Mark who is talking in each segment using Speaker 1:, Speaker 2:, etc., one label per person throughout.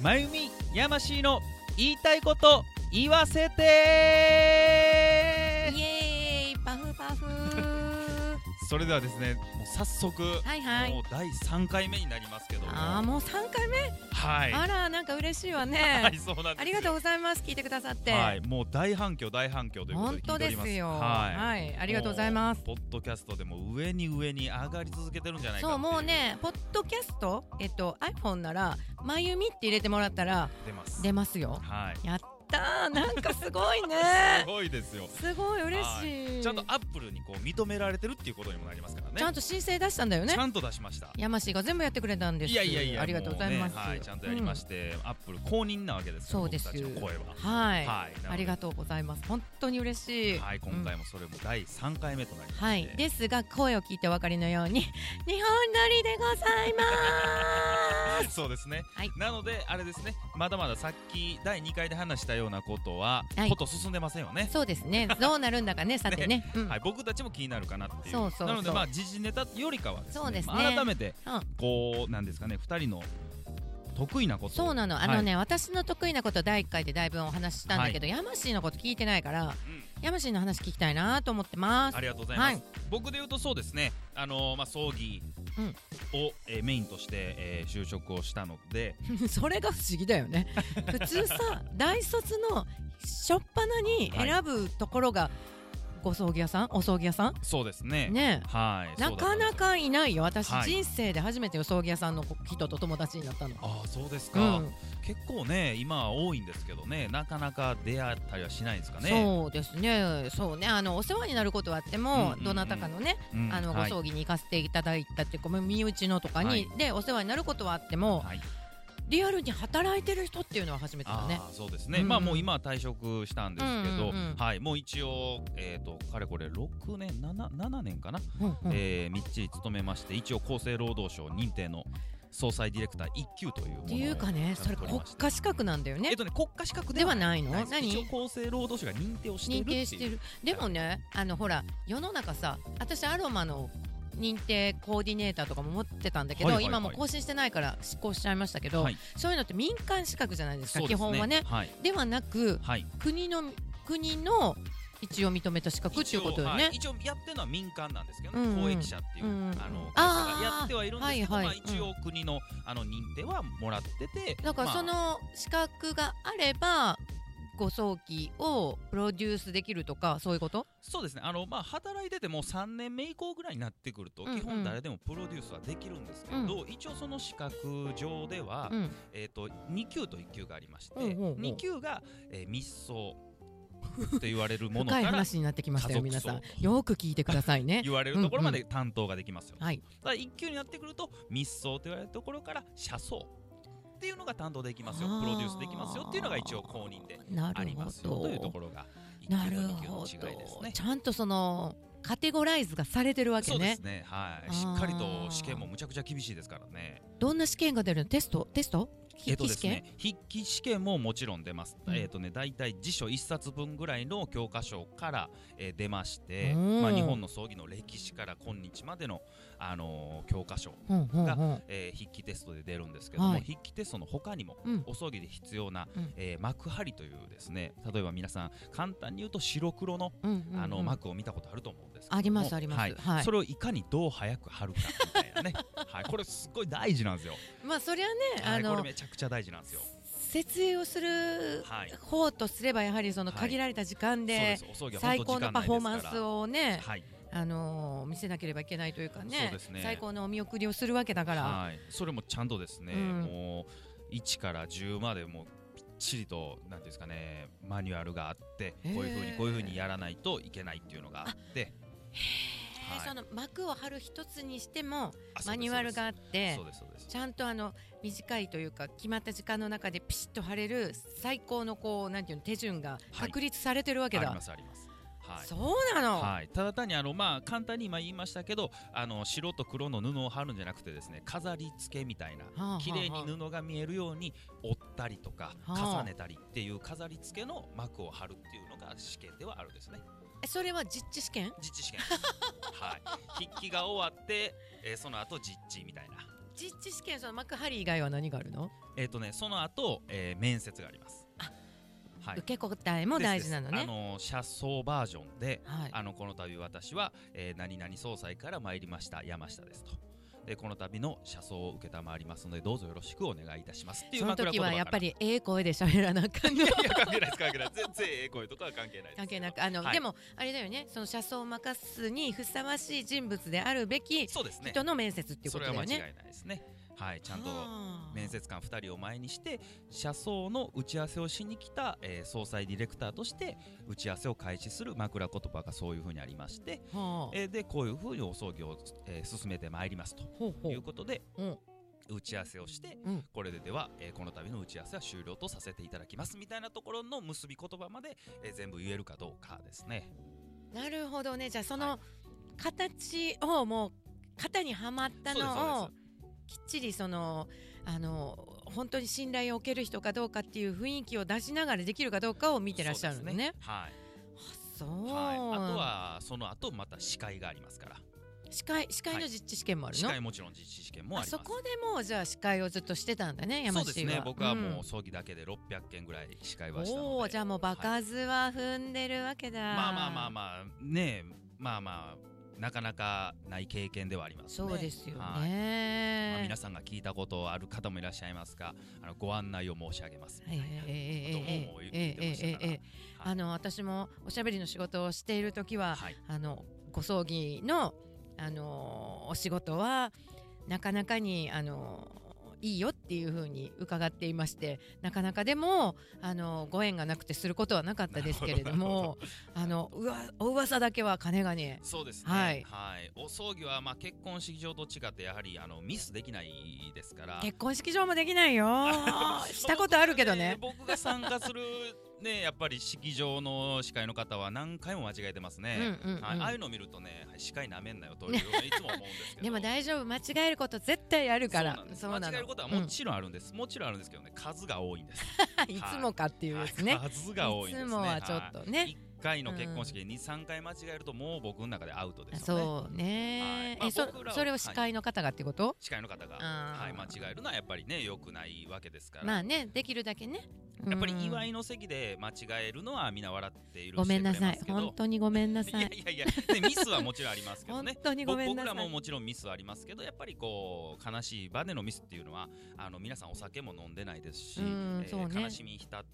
Speaker 1: まゆみやましいの言いたいこと言わせて
Speaker 2: イエーイパフパ フ
Speaker 1: それではですねもう早速、
Speaker 2: はいはい
Speaker 1: もう第3回目になりますけども
Speaker 2: ああもう3回目、
Speaker 1: はい
Speaker 2: あらなんか嬉しいわね、
Speaker 1: はいそうなんです
Speaker 2: ありがと
Speaker 1: う
Speaker 2: うございます聞いてくださって、
Speaker 1: はいもう大反響大反響ということで聞い
Speaker 2: 本当
Speaker 1: てお
Speaker 2: で
Speaker 1: ります
Speaker 2: すよ
Speaker 1: はい、
Speaker 2: はい、ありがとうございます
Speaker 1: もうポッドキャストでも上に上に上がり続けてるんじゃないかって
Speaker 2: そ
Speaker 1: いう
Speaker 2: もうねポッドキャストえっと iPhone なら「まゆみ」って入れてもらったら
Speaker 1: 出ます
Speaker 2: 出ますよ
Speaker 1: はい
Speaker 2: やったーなんかすご い
Speaker 1: す
Speaker 2: ね
Speaker 1: ごいですよ
Speaker 2: すごい嬉しい
Speaker 1: ちゃんとアップルにこう認められてるっていうことにもなりますからね
Speaker 2: ちゃんと申請出したんだよね
Speaker 1: ちゃんと出しました
Speaker 2: やましが全部やってくれたんです
Speaker 1: いやいやいや
Speaker 2: ありがとうございます、
Speaker 1: もうねはい、ちゃんとやりまして、アップル公認なわけですよ
Speaker 2: そうです
Speaker 1: 僕たちの声は
Speaker 2: うんはい、
Speaker 1: はい
Speaker 2: ありが
Speaker 1: と
Speaker 2: とうございます本当に嬉しい
Speaker 1: はい今回もそれも第三回目となりまして、
Speaker 2: はい、ですが声を聞いてお分かりのよ うに日本撮りでござ います
Speaker 1: そうですね、
Speaker 2: はい
Speaker 1: なのであれですねまだまださっき第二回で話したようなことは、
Speaker 2: はい
Speaker 1: こと進んでませんよね
Speaker 2: そうですねどうなるん だかねさてねうん
Speaker 1: はい、僕たちも気になるかなっていう
Speaker 2: そうそうそう
Speaker 1: なのでまあ時事ネタよりかはですね
Speaker 2: そうですね
Speaker 1: まあ改めて、
Speaker 2: うん
Speaker 1: こうなんですかね二人の得意なこと
Speaker 2: そうなのあのね、私の得意なこと第1回でだいぶお話ししたんだけど、ヤマシーのこと聞いてないから
Speaker 1: はいうん
Speaker 2: ヤマシーの話聞きたいなと思ってます
Speaker 1: ありがとうございます、
Speaker 2: はい
Speaker 1: 僕で言うとそうですねあのーまあ葬儀
Speaker 2: うん
Speaker 1: を、えーメインとして、えー就職をしたので
Speaker 2: それが不思議だよね普通 さ大卒の初っ端に選ぶところが、ご葬儀屋さんお葬儀屋さん
Speaker 1: そうですね
Speaker 2: ねえ
Speaker 1: はい
Speaker 2: なかな
Speaker 1: か
Speaker 2: かいないよ私、
Speaker 1: はい
Speaker 2: 人生で初めてお葬儀屋さんの人と友達になったの
Speaker 1: ああそうです
Speaker 2: う
Speaker 1: か、
Speaker 2: ん、
Speaker 1: 結構ね今は多いんですけどねなかなか出会ったりはしないですかね
Speaker 2: そうですねそうねあのお世話になることはあっても、
Speaker 1: うんうんうん
Speaker 2: どなたかのね、
Speaker 1: う、ん、
Speaker 2: あのご葬
Speaker 1: 儀
Speaker 2: 儀に行かせていただいたっていうかまあ身内のとかに、
Speaker 1: はい
Speaker 2: でお世話になることはあっても、
Speaker 1: はい
Speaker 2: リアルに働いてる人っていうのは初めてだね
Speaker 1: ああそうですね、
Speaker 2: うんうん
Speaker 1: まあもう今は退職したんですけど、
Speaker 2: うんうんうん
Speaker 1: はいもう一応えっ、とかれこれ6年 7, 7年かな、
Speaker 2: うんうん
Speaker 1: えーみっちり勤めまして一応厚生労働省認定の総裁ディレクター1級というものを
Speaker 2: っていうかねそれ
Speaker 1: 取り
Speaker 2: 国
Speaker 1: まして
Speaker 2: 家資格なんだよね
Speaker 1: えっとね国家資格
Speaker 2: で
Speaker 1: では
Speaker 2: はないの
Speaker 1: ないです一
Speaker 2: 何
Speaker 1: 応厚生労働省が認定をしている
Speaker 2: 認
Speaker 1: っていう
Speaker 2: 定してるでもねあのほら世の中さ私アロマの認定コーディネーターとかも持ってたんだけど、
Speaker 1: はいはいはい
Speaker 2: 今もう更新してないから失効しちゃいましたけど、
Speaker 1: はい
Speaker 2: そういうのって民間資格じゃないですか
Speaker 1: そうです
Speaker 2: 基本はね
Speaker 1: はい
Speaker 2: ではなく
Speaker 1: はい
Speaker 2: 国の国の一応認めた資格っていうことよね、
Speaker 1: 一応はい一応やってるのは民間なんですけど
Speaker 2: うん
Speaker 1: ね
Speaker 2: うん
Speaker 1: 公益者っていうあ
Speaker 2: うん
Speaker 1: の会
Speaker 2: あー
Speaker 1: 社がやってはいるんですけど
Speaker 2: はい
Speaker 1: ま
Speaker 2: は
Speaker 1: あ
Speaker 2: い
Speaker 1: 一応国のあの認定はもらってて
Speaker 2: だから
Speaker 1: まあ
Speaker 2: その資格があればご葬儀をプロデュースできるとかそういうこと
Speaker 1: そうですねあのまあ働いてても3年目以降ぐらいになってくると
Speaker 2: うんうん
Speaker 1: 基本誰でもプロデュースはできるんですけど一応その資格上では
Speaker 2: うん
Speaker 1: えっと2級と1級がありまして
Speaker 2: うんうんうん
Speaker 1: 2級がえー密葬と言われるもの
Speaker 2: 深い
Speaker 1: から
Speaker 2: 話になってきましたよ
Speaker 1: 家
Speaker 2: 皆
Speaker 1: 族葬
Speaker 2: さんよく聞いてくださいね
Speaker 1: 言われるところまで担当ができますよ
Speaker 2: はい
Speaker 1: ただ一級になってくると密葬と言われるところから車窓っていうのが担当できますよ
Speaker 2: あー
Speaker 1: プロデュースできますよっていうのが一応公認で
Speaker 2: な
Speaker 1: あ
Speaker 2: る
Speaker 1: り
Speaker 2: ほ
Speaker 1: ますよというと
Speaker 2: ど
Speaker 1: ころが一級
Speaker 2: なる
Speaker 1: と二級
Speaker 2: ほ
Speaker 1: の
Speaker 2: ど
Speaker 1: 違いですね
Speaker 2: ち。ゃんとそのカテゴライズがされてるわけ
Speaker 1: そうで
Speaker 2: ね
Speaker 1: すね、はい、
Speaker 2: あー
Speaker 1: しっかりと試験もむちゃくちゃ厳しいですからね。
Speaker 2: どんな試験が出るのテストテスト
Speaker 1: え
Speaker 2: 筆
Speaker 1: っと
Speaker 2: 記
Speaker 1: で
Speaker 2: 試
Speaker 1: す
Speaker 2: 験、
Speaker 1: ね、筆記試験ももちろん出ます。
Speaker 2: うん
Speaker 1: えっとね、大体辞書一冊分ぐらいの教科書から、えー出まして、
Speaker 2: うん
Speaker 1: まあ日本の葬儀の歴史から今日までのあのー教科書
Speaker 2: うんうんうん
Speaker 1: えー筆記テストで出るんですけども、
Speaker 2: はい
Speaker 1: 筆記テストの他にも、
Speaker 2: うん
Speaker 1: お葬儀で必要な、
Speaker 2: うん
Speaker 1: えー幕張というですね例えば皆さん簡単に言うと白黒の,、
Speaker 2: うんうんうん
Speaker 1: あの幕を見たことあると思うんですけども
Speaker 2: ありますあります
Speaker 1: はい
Speaker 2: はい
Speaker 1: それをいかにどう早く貼るかみたいな ね、はい、これすごい大事なんですよ、
Speaker 2: まあそりゃね
Speaker 1: は
Speaker 2: あ
Speaker 1: いこれ
Speaker 2: の
Speaker 1: めちゃくちゃ大事なんですよ
Speaker 2: 設営をする
Speaker 1: はい
Speaker 2: 方とすればやはりその
Speaker 1: はい
Speaker 2: 限られた時間
Speaker 1: そうで
Speaker 2: です
Speaker 1: お葬儀は
Speaker 2: 最
Speaker 1: 本当
Speaker 2: 高
Speaker 1: 時
Speaker 2: の
Speaker 1: 間
Speaker 2: パ
Speaker 1: ない
Speaker 2: フォー
Speaker 1: です
Speaker 2: マ
Speaker 1: か
Speaker 2: ン
Speaker 1: ら
Speaker 2: スをね、
Speaker 1: はい、
Speaker 2: あのー見せなければいけないというか
Speaker 1: そう
Speaker 2: ね
Speaker 1: ですね
Speaker 2: 最高のお見送りをするわけだから、
Speaker 1: はい、それもちゃんとですね、
Speaker 2: うん
Speaker 1: もう1から10までもうぴっちりとなんていうんですかねマニュアルがあって
Speaker 2: へー
Speaker 1: こういうふうにこういうふうにやらないといけないっていうのがあって
Speaker 2: えー
Speaker 1: はい
Speaker 2: その幕を張る一つにしても
Speaker 1: あそうです
Speaker 2: マニュアルがあっ
Speaker 1: そうで
Speaker 2: て
Speaker 1: すそうですそうです
Speaker 2: ちゃんとあの短いというか決まった時間の中でピシッと張れる最高のこうなんていうの手順が確立されてるわけ
Speaker 1: あ
Speaker 2: だ、
Speaker 1: りますありますはい
Speaker 2: そうなの、
Speaker 1: はい、ただ単にあの、まあ、簡単に今言いましたけどあの白と黒の布を貼るんじゃなくてですね飾り付けみたいな
Speaker 2: あはあはあ
Speaker 1: 綺麗に布が見えるように折ったりとか
Speaker 2: はあ
Speaker 1: 重ねたりっていう飾り付けの膜を貼るっていうのが試験ではあるんですね。
Speaker 2: えそれは実地試験
Speaker 1: 実地試験はい筆記が終わって、えーその後実地みたいな
Speaker 2: 実地試験その幕張以外は何があるの、
Speaker 1: えっ、とねその後、えー面接があります
Speaker 2: あ
Speaker 1: は
Speaker 2: 受け答えも大事なの
Speaker 1: です
Speaker 2: ね
Speaker 1: ですあの車窓バージョンで
Speaker 2: はい
Speaker 1: あのこの度私は、えー何々総裁から参りました山下ですと。でこの度の車窓を承りますのでどうぞよろしくお願いいたしますって いう
Speaker 2: その
Speaker 1: 枕
Speaker 2: 時
Speaker 1: 言葉
Speaker 2: は
Speaker 1: かな
Speaker 2: やっぱりええ声で喋らなあかんの
Speaker 1: いや関係ないです関係ないです全然ええ声とかは関係ないです
Speaker 2: 関係なくあの、
Speaker 1: はい
Speaker 2: でもあれだよねその車窓を任すにふさわしい人物であるべき
Speaker 1: そうですね
Speaker 2: 人の面接っていう
Speaker 1: そ
Speaker 2: こと
Speaker 1: れ
Speaker 2: だ
Speaker 1: は間
Speaker 2: よ
Speaker 1: 違い
Speaker 2: ね
Speaker 1: ないですねはいちゃんと
Speaker 2: はあ
Speaker 1: 面接官2人を前にして車窓の打ち合わせをしに来た、えー総裁ディレクターとして打ち合わせを開始する枕言葉がそういうふうにありまして、
Speaker 2: はあ
Speaker 1: えーでこういうふうにお葬儀を、えー進めてまいりますと
Speaker 2: ほうほ
Speaker 1: いう
Speaker 2: う
Speaker 1: ことで
Speaker 2: うん
Speaker 1: 打ち合わせをして、
Speaker 2: うん
Speaker 1: これででは、えーこの度の打ち合わせは終了とさせていただきますみたいなところの結び言葉まで、えー全部言えるかどうかですね
Speaker 2: なるほどねじゃあそ
Speaker 1: は
Speaker 2: の形をもう型にはまったの
Speaker 1: そ
Speaker 2: を
Speaker 1: うで
Speaker 2: きっちりそのあの本当に信頼を受ける人かどうかっていう雰囲気を出しながらできるかどうかを見てらっしゃるのね
Speaker 1: はい、
Speaker 2: あそう、
Speaker 1: はい、あとはその後また司会がありますから
Speaker 2: 司会司会
Speaker 1: は
Speaker 2: の
Speaker 1: い
Speaker 2: 実地試験もある
Speaker 1: 司
Speaker 2: の、
Speaker 1: 会もちろん実施試験もあ
Speaker 2: あ
Speaker 1: ります
Speaker 2: そこでもうじゃあ司会をずっとしてたんだね山
Speaker 1: そう
Speaker 2: 氏
Speaker 1: で
Speaker 2: は
Speaker 1: すね僕はも
Speaker 2: ん
Speaker 1: う葬儀だけで600件ぐらい司会はしたので
Speaker 2: おおーじゃあもう場数は踏んでるわけだ、
Speaker 1: まあまあまあまあねえまあまあなかなかない経験ではありますね
Speaker 2: そうですよ
Speaker 1: はいまあ
Speaker 2: ね
Speaker 1: 皆さんが聞いたことある方もいらっしゃいますがあのご案内を申し上げますみたいなことももう言ってましたから
Speaker 2: あの私もおしゃべりの仕事をしている時は、
Speaker 1: はい
Speaker 2: あのご葬儀のあのお仕事はなかなかにあのいいよっていうふうに伺っていましてなかなかでもあのご縁がなくてすることはなかったですけれどもあのうわお噂だけはかねがね
Speaker 1: そうですね、
Speaker 2: はい
Speaker 1: お葬儀はまあ結婚式場と違ってやはりあのミスできないですから
Speaker 2: 結婚式場もで きないよしたことあるけどね
Speaker 1: 僕が参加するね やっぱり式場の司会の方は何回も間違えてますね、
Speaker 2: うんうんうん
Speaker 1: はい、ああいうのを見るとねはい司会なめんなよというようにいつも思うんですけど
Speaker 2: でも大丈夫間違えること絶対あるから
Speaker 1: そうなんです間違えることはも
Speaker 2: うんい
Speaker 1: ちろんあるんです、もちろんあるんですけどね数が多いんです
Speaker 2: つもかっていうですね、
Speaker 1: はい数が多いんですね
Speaker 2: いつもはちょっとね
Speaker 1: はい一回の結婚式で二三回間違えるともう僕の中でアウトですよね
Speaker 2: そうね、
Speaker 1: はい
Speaker 2: えそ
Speaker 1: まあ僕らは
Speaker 2: それを司会の方がってこと、
Speaker 1: 司会の方が、
Speaker 2: あー
Speaker 1: はい、間違えるのはやっぱりね良くないわけですから、
Speaker 2: まあねできるだけね
Speaker 1: やっぱり
Speaker 2: うん
Speaker 1: 祝いの席で間違えるのはみんな笑っている
Speaker 2: ごめんなさい
Speaker 1: けど
Speaker 2: 本当にごめんなさい
Speaker 1: いやいやいや、ね、ミスはもちろんありますけど
Speaker 2: 本
Speaker 1: ね
Speaker 2: 当にご
Speaker 1: 僕
Speaker 2: めんな
Speaker 1: 僕
Speaker 2: さ
Speaker 1: らも
Speaker 2: い
Speaker 1: もちろんミスはありますけどやっぱりこう悲しい場でのミスっていうのはあの皆さんお酒も飲んでないですし、
Speaker 2: うんそうね
Speaker 1: 悲しみに浸っ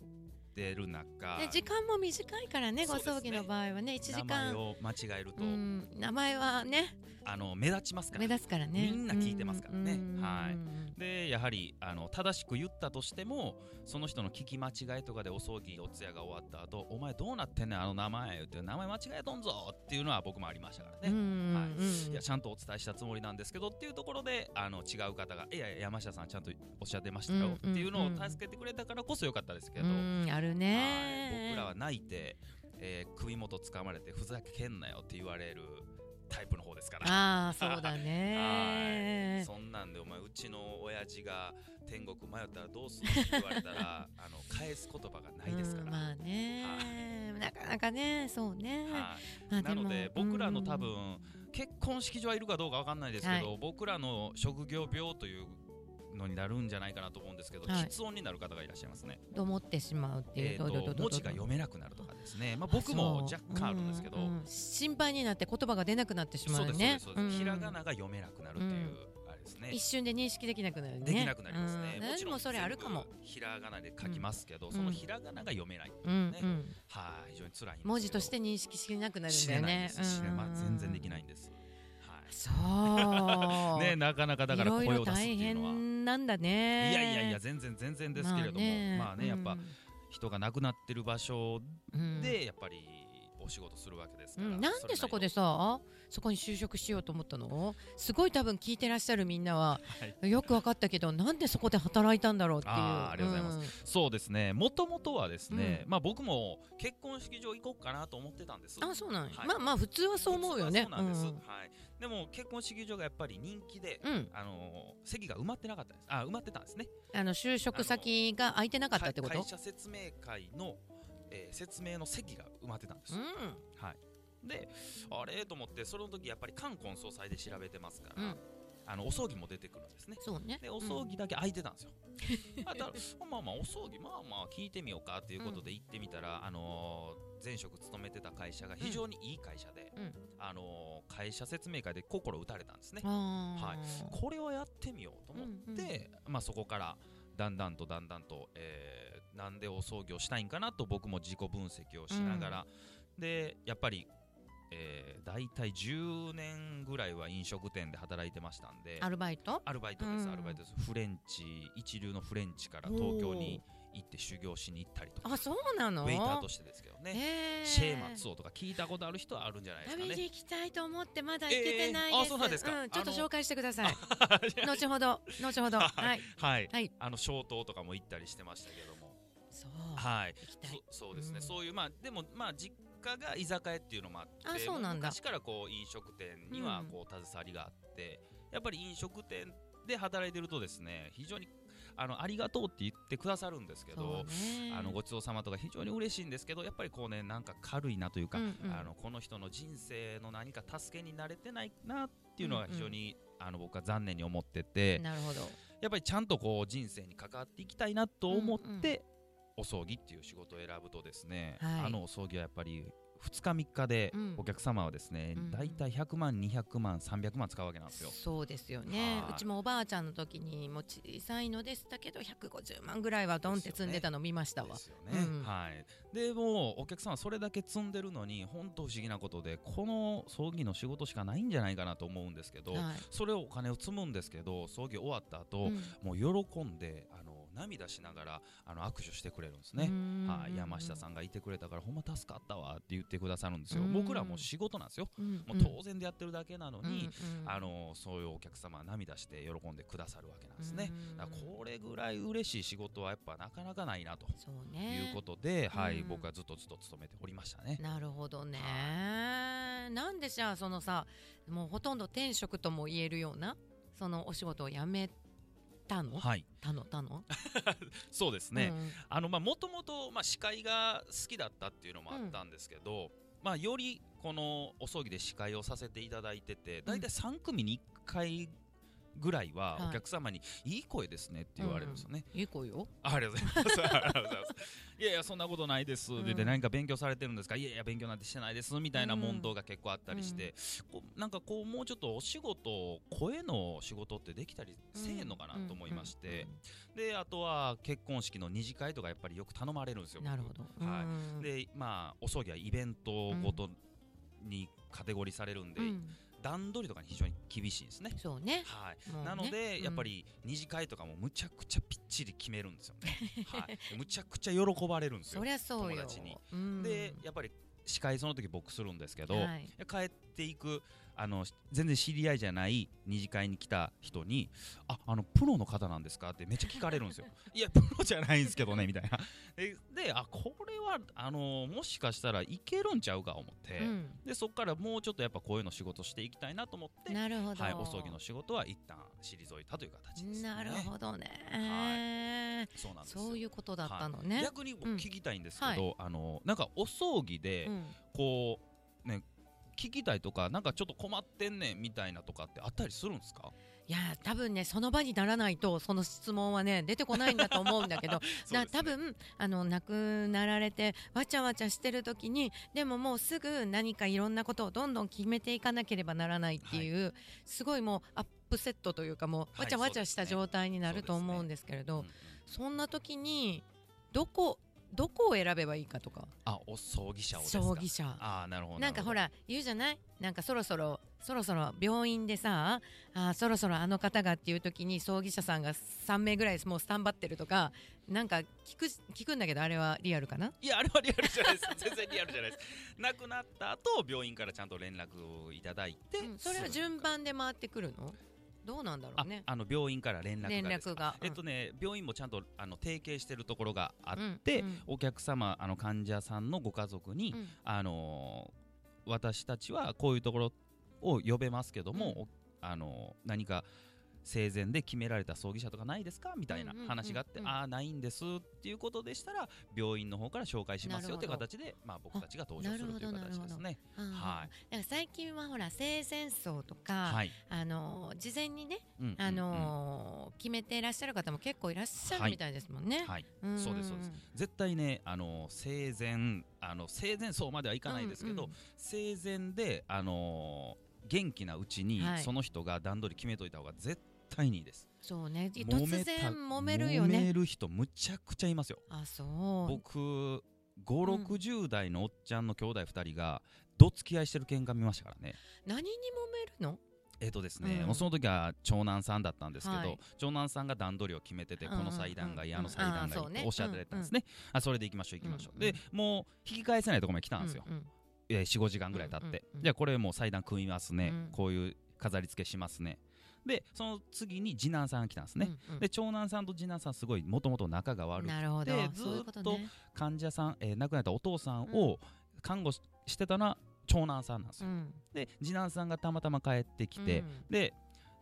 Speaker 1: てる中
Speaker 2: で時間も短いからね
Speaker 1: そう
Speaker 2: ご
Speaker 1: ですね
Speaker 2: 葬儀の場合はね1時
Speaker 1: 名前
Speaker 2: 間
Speaker 1: を間違えると、
Speaker 2: うん名前はね
Speaker 1: あの目立ちますから
Speaker 2: 目立つからね
Speaker 1: みんな聞いてますからね
Speaker 2: うん
Speaker 1: はい
Speaker 2: うん
Speaker 1: でやはりあの正しく言ったとしてもその人の聞き間違いとかでお葬儀お通夜が終わった後お前どうなってんねんあの名前」って名前間違えとんぞっていうのは僕もありましたからね。
Speaker 2: うん
Speaker 1: はい
Speaker 2: うん
Speaker 1: いやちゃんとお伝えしたつもりなんですけどっていうところであの違う方が「いやいや山下さんちゃんとおっしゃってましたよ」って
Speaker 2: うんうんうん
Speaker 1: いうのを助けてくれたからこそ良かったですけど、
Speaker 2: うんある
Speaker 1: はい
Speaker 2: ね
Speaker 1: 僕らは泣いて、えー首元掴まれて「ふざけんなよ」って言われるタイプの方ですから。
Speaker 2: ああそうだ
Speaker 1: はい
Speaker 2: ね
Speaker 1: そんなんでお前うちの親父が天国迷ったらどうするって言われたらあの返す言葉がないですか
Speaker 2: うん
Speaker 1: ら、
Speaker 2: まあねなかなかねそうね
Speaker 1: はい
Speaker 2: まあ
Speaker 1: な
Speaker 2: も
Speaker 1: ので僕らの多
Speaker 2: うん
Speaker 1: 分結婚式場はいるかどうかわかんないですけど、僕らの職業病というのになるんじゃないかなと思うんですけど、
Speaker 2: はい
Speaker 1: 喫音になる方がいらっしゃいますね。
Speaker 2: と思ってしまうっていう、
Speaker 1: えーと
Speaker 2: どうどうどう
Speaker 1: 文
Speaker 2: どう
Speaker 1: 字が読めなくなるとかですね。まあ僕も若干あるんですけど、
Speaker 2: そううんうん心配になって言葉が出なくなってしま
Speaker 1: そう
Speaker 2: う
Speaker 1: ですそうで
Speaker 2: ね
Speaker 1: すそうです、ひらが
Speaker 2: うん
Speaker 1: なが読めなくなるっていう、あれですね。
Speaker 2: 一瞬で認識できなくなるね
Speaker 1: できなくなりますね。
Speaker 2: うん
Speaker 1: もち
Speaker 2: 私
Speaker 1: ろん
Speaker 2: もそれあるかも、
Speaker 1: 全部ひらがなで書きますけど、
Speaker 2: ん
Speaker 1: そのひらがなが読めない。
Speaker 2: うんうん、
Speaker 1: はい、非常に辛いんですけど。
Speaker 2: 文字として認識しなくなるん
Speaker 1: 知
Speaker 2: だ
Speaker 1: れ
Speaker 2: よ
Speaker 1: ないんで
Speaker 2: ね
Speaker 1: す。知れま
Speaker 2: うん
Speaker 1: 全然できないんです。は
Speaker 2: そ
Speaker 1: い。
Speaker 2: う
Speaker 1: ね、なかなかだから
Speaker 2: い
Speaker 1: 声
Speaker 2: ろ
Speaker 1: を
Speaker 2: いろ
Speaker 1: 出すって
Speaker 2: 大
Speaker 1: いうのは。
Speaker 2: 変なんだ
Speaker 1: い
Speaker 2: ね
Speaker 1: やいやいや全然全然ですけれども、まあねやっぱ人が亡くなってる場所
Speaker 2: うん
Speaker 1: でやっぱりお仕事するわけです
Speaker 2: う
Speaker 1: から、
Speaker 2: ん、なんでそこ
Speaker 1: れ
Speaker 2: でさそこに就職しようと思ったのすごい多分聞いてらっしゃるみんなは、
Speaker 1: は
Speaker 2: よく分かったけどなんでそこで働いたんだろうっていう
Speaker 1: あーありがとうございまなりそうですねもともとはですね、まあ僕も結婚式場行こうかなと思ってたんです
Speaker 2: うんあそうなんや、
Speaker 1: はい
Speaker 2: まあまあ普通はそう思うよね
Speaker 1: そうなんです、
Speaker 2: う
Speaker 1: はい、でも結婚式場がやっぱり人気で、
Speaker 2: んうん
Speaker 1: あのー席が埋まってなかったんですあ埋まってたんですね
Speaker 2: あの就職先が空いてなかったってこ
Speaker 1: 会
Speaker 2: と
Speaker 1: 会社説明会の、えー説明の席が埋まってたんです
Speaker 2: うん
Speaker 1: はい、であれと思ってその時やっぱり冠婚葬祭で調べてますから、
Speaker 2: うん
Speaker 1: あのお葬儀も出てくるんですね
Speaker 2: そうね
Speaker 1: でお葬儀だけ空いてたんです よ、あだからまあまあお葬儀まあまあ聞いてみようかということで行ってみたら、あのー前職勤めてた会社が非常にいい会社で、
Speaker 2: うん
Speaker 1: あのー会社説明会で心打たれたんですね、
Speaker 2: あ
Speaker 1: はい
Speaker 2: ー
Speaker 1: これはやってみようと思って、まあ、そこからだんだんとだんだんと、えーなんでお葬儀をしたいんかなと僕も自己分析をしながら、でやっぱり、えー、大体10年ぐらいは飲食店で働いてましたんで
Speaker 2: アルバイト
Speaker 1: アルバイトです、
Speaker 2: うん
Speaker 1: アルバイトですフレンチ一流のフレンチから東京に行って修行しに行ったりとか
Speaker 2: あそうなの
Speaker 1: ウェイターとしてですけどね、
Speaker 2: へー
Speaker 1: シェーマツオとか聞いたことある人はあるんじゃないですか
Speaker 2: 食べに
Speaker 1: ね
Speaker 2: 行きたいと思ってまだ行けてないです、
Speaker 1: えーあそうなんですか
Speaker 2: ちょっと
Speaker 1: あの
Speaker 2: 紹介してください後ほど後ほど
Speaker 1: はい
Speaker 2: はい
Speaker 1: はい、
Speaker 2: はい
Speaker 1: あの消灯とかも行ったりしてましたけども
Speaker 2: そう
Speaker 1: はい
Speaker 2: 行きたい
Speaker 1: そそうですね、
Speaker 2: うん
Speaker 1: そういうまあでもまあ実家が居酒屋っていうのもあって
Speaker 2: あそうなんだ
Speaker 1: 昔からこう飲食店には
Speaker 2: うん
Speaker 1: こう携わりがあって、やっぱり飲食店で働いてるとですね非常にあのありがとうって言ってくださるんですけ
Speaker 2: そう
Speaker 1: ど、
Speaker 2: ね
Speaker 1: あのごちそうさまとか非常に嬉しいんですけどやっぱりこうねなんか軽いなというか、
Speaker 2: うんうん
Speaker 1: あのこの人の人生の何か助けになれてないなっていうのが非常に、あの僕は残念に思ってて
Speaker 2: なるほど
Speaker 1: やっぱりちゃんとこう人生に関わっていきたいなと思って、
Speaker 2: うんうん
Speaker 1: お葬儀っていう仕事を選ぶとですね、
Speaker 2: はい
Speaker 1: あのお葬儀はやっぱり2日3日で
Speaker 2: うん
Speaker 1: お客様はですね、
Speaker 2: うんうん
Speaker 1: 大体100万200万300万使うわけなんですよ。
Speaker 2: そうですよね
Speaker 1: はいう
Speaker 2: ちもおばあちゃんの時にもう小さいのでしたけど150万ぐらいはドンって積んでたの見ましたわ、
Speaker 1: ですよね。
Speaker 2: うん
Speaker 1: はい。でもうお客さんはそれだけ積んでるのに本当不思議なことでこの葬儀の仕事しかないんじゃないかなと思うんですけど、
Speaker 2: はい
Speaker 1: それをお金を積むんですけど葬儀終わった後、
Speaker 2: うん
Speaker 1: もう喜んであの涙しながらあの握手してくれるんですね。
Speaker 2: うん
Speaker 1: はい、山下さんがいてくれたからほんま助かったわって言ってくださるんですよ
Speaker 2: うん
Speaker 1: 僕らも仕事なんですよ
Speaker 2: うん
Speaker 1: もう当然でやってるだけなの
Speaker 2: うん
Speaker 1: に、
Speaker 2: うんうん
Speaker 1: あのそういうお客様は涙して喜んでくださるわけなんですね
Speaker 2: うん
Speaker 1: だからこれぐらい嬉しい仕事はやっぱなかなかないなと
Speaker 2: そう
Speaker 1: い
Speaker 2: ね
Speaker 1: うことで、はい
Speaker 2: うん
Speaker 1: 僕はずっとずっと勤めておりましたね
Speaker 2: なるほどね、なんでじゃあそのさもうほとんど天職とも言えるようなそのお仕事を辞めたの
Speaker 1: はい
Speaker 2: たのたの
Speaker 1: そうですね、あのまあもともとまあ司会が好きだったっていうのもあったんですけど、まあよりこのお葬儀で司会をさせていただいてて大体3組に1回ぐらいは
Speaker 2: はい
Speaker 1: お客様に「いい声ですね」って言われるんですよね、
Speaker 2: うん、いい子よ
Speaker 1: あありがとうございますありがとうございますいやいやそんなことないです、
Speaker 2: うん
Speaker 1: でで何か勉強されてるんですかいやいや勉強なんてしてないですみたいな
Speaker 2: うん
Speaker 1: 問答が結構あったりして、こうなんかこうもうちょっとお仕事声の仕事ってできたりせえへんのかなと思いまして、であとは結婚式の二次会とかやっぱりよく頼まれるんですよ。
Speaker 2: なるほど、
Speaker 1: はい
Speaker 2: うん
Speaker 1: でまあお葬儀はイベントごとにカテゴリーされるんで、
Speaker 2: うん
Speaker 1: 段取りとかに非常に厳しいんですね。
Speaker 2: そうね
Speaker 1: はい
Speaker 2: もうね
Speaker 1: なので、
Speaker 2: うん
Speaker 1: やっぱり二次会とかもむちゃくちゃぴっちり決めるんですよ ね。はい、むちゃくちゃ喜ばれるんですよ
Speaker 2: そ。りゃそうよ
Speaker 1: 友達に、
Speaker 2: うん
Speaker 1: でやっぱり司会その時僕するんですけど、
Speaker 2: はい
Speaker 1: 帰っていくあの全然知り合いじゃない二次会に来た人に「ああのプロの方なんですか?」ってめっちゃ聞かれるんですよ。 いやプロじゃないんですけどねみたいな。でであこれはあのもしかしたらいけるんちゃうか思って、
Speaker 2: うん
Speaker 1: でそこからもうちょっとやっぱこういうの仕事していきたいなと思って、
Speaker 2: なるほど、
Speaker 1: はい、お葬儀の仕事は一旦退いたという形です、ね。
Speaker 2: なるほどね、
Speaker 1: そうなんですよ
Speaker 2: そういうことだったのね、
Speaker 1: 逆に僕
Speaker 2: うん
Speaker 1: 聞きたいんですけど、あのなんかお葬儀で、
Speaker 2: うん
Speaker 1: こうね聞きたいとかなんかちょっと困ってんねんみたいなとかってあったりするんですか
Speaker 2: いや多分ねその場にならないとその質問はね出てこないんだと思うんだけど、だ多分あの亡くなられてわちゃわちゃしてる時にでももうすぐ何かいろんなことをどんどん決めていかなければならないっていう、すごいもうアップセットというかもう
Speaker 1: はい
Speaker 2: わちゃわちゃし
Speaker 1: そう
Speaker 2: た
Speaker 1: ですね
Speaker 2: 状態になると思うんですけれど、そんな時にどこどこを選べばいいかとか
Speaker 1: あお葬儀者をですか
Speaker 2: 葬儀者。
Speaker 1: ああなるほど
Speaker 2: なんかほ
Speaker 1: る
Speaker 2: ら言うじゃないなんかそろそろそろそろ病院でさあーそろそろあの方がっていう時に葬儀社さんが3名ぐらいもうスタンバってるとかなんか聞く聞くんだけどあれはリアルかな
Speaker 1: ほどいやあれはリアルじゃないです 全然リアルじゃないです亡くなった後病院からちゃんと連絡をいただいて、
Speaker 2: うんそれは順番で回ってくるのどうなんだろ
Speaker 1: あ
Speaker 2: うね
Speaker 1: あの病院から連絡が
Speaker 2: 連
Speaker 1: ですか
Speaker 2: 絡が。
Speaker 1: えっとね病院もちゃんとあの提携してるところがあっ
Speaker 2: うん
Speaker 1: て、
Speaker 2: うん
Speaker 1: お客様あの患者さんのご家族に、
Speaker 2: うん
Speaker 1: あのー私たちはこういうところを呼べますけども、
Speaker 2: う
Speaker 1: おあのー何か生前で決められた葬儀社とかないですかみたいな
Speaker 2: うんうんうんうん
Speaker 1: 話があって、ああないんですっていうことでしたら病院の方から紹介しますよって
Speaker 2: なるほど
Speaker 1: 形で、まあ、僕たちが登場するという
Speaker 2: なる
Speaker 1: 形
Speaker 2: ほど
Speaker 1: ですね。
Speaker 2: うん
Speaker 1: はい
Speaker 2: だから最近はほら生前葬とか、
Speaker 1: はい、
Speaker 2: あの事前にね、
Speaker 1: うんうんうん
Speaker 2: あの決めていらっしゃる方も結構いらっしゃるみたいですもんね。
Speaker 1: はい、
Speaker 2: んんん
Speaker 1: そうですそうです絶対ね、あの生前あの生前葬まではいかないですけど、
Speaker 2: うんうん
Speaker 1: 生前で、あの元気なうちに、
Speaker 2: はい
Speaker 1: その人が段取り決めといた方が絶対にいいです。
Speaker 2: そうね。い
Speaker 1: 揉め
Speaker 2: 突
Speaker 1: た
Speaker 2: 然揉めるよね。
Speaker 1: 揉める人むちゃくちゃいますよ。
Speaker 2: あ、そう。
Speaker 1: 僕5、60代のおっちゃんの兄弟2人がどつき合いしてる喧嘩見ましたからね。
Speaker 2: 何に揉めるの？
Speaker 1: えっとですね、
Speaker 2: うん
Speaker 1: もうその時は長男さんだったんですけど、
Speaker 2: はい
Speaker 1: 長男さんが段取りを決めてて、
Speaker 2: うんうんうん
Speaker 1: この祭壇がいい、あの祭
Speaker 2: あ
Speaker 1: 壇がい
Speaker 2: ー
Speaker 1: い
Speaker 2: そう
Speaker 1: っ
Speaker 2: ね
Speaker 1: ておっしゃってたんですね、あそれで行きましょう行きましょう、
Speaker 2: うんうん
Speaker 1: でもう引き返せないとこまで来たんですよ、
Speaker 2: うんうん
Speaker 1: えー45時間ぐらい経って、
Speaker 2: うんうんうん
Speaker 1: じゃあこれもう祭壇組みますね、
Speaker 2: うん
Speaker 1: こういう飾り付けしますねでその次に次男さんが来たんですね、。
Speaker 2: うんうん
Speaker 1: で長男さんと次男さんすごいもともと仲が悪くて
Speaker 2: なるほど。
Speaker 1: で
Speaker 2: そういうこと
Speaker 1: ずっ
Speaker 2: ね。
Speaker 1: 患者さん、えー亡くなったお父さんを看護ししてたのは長男さんなんですよ、
Speaker 2: ん。
Speaker 1: で次男さんがたまたま帰ってきて、
Speaker 2: うん
Speaker 1: で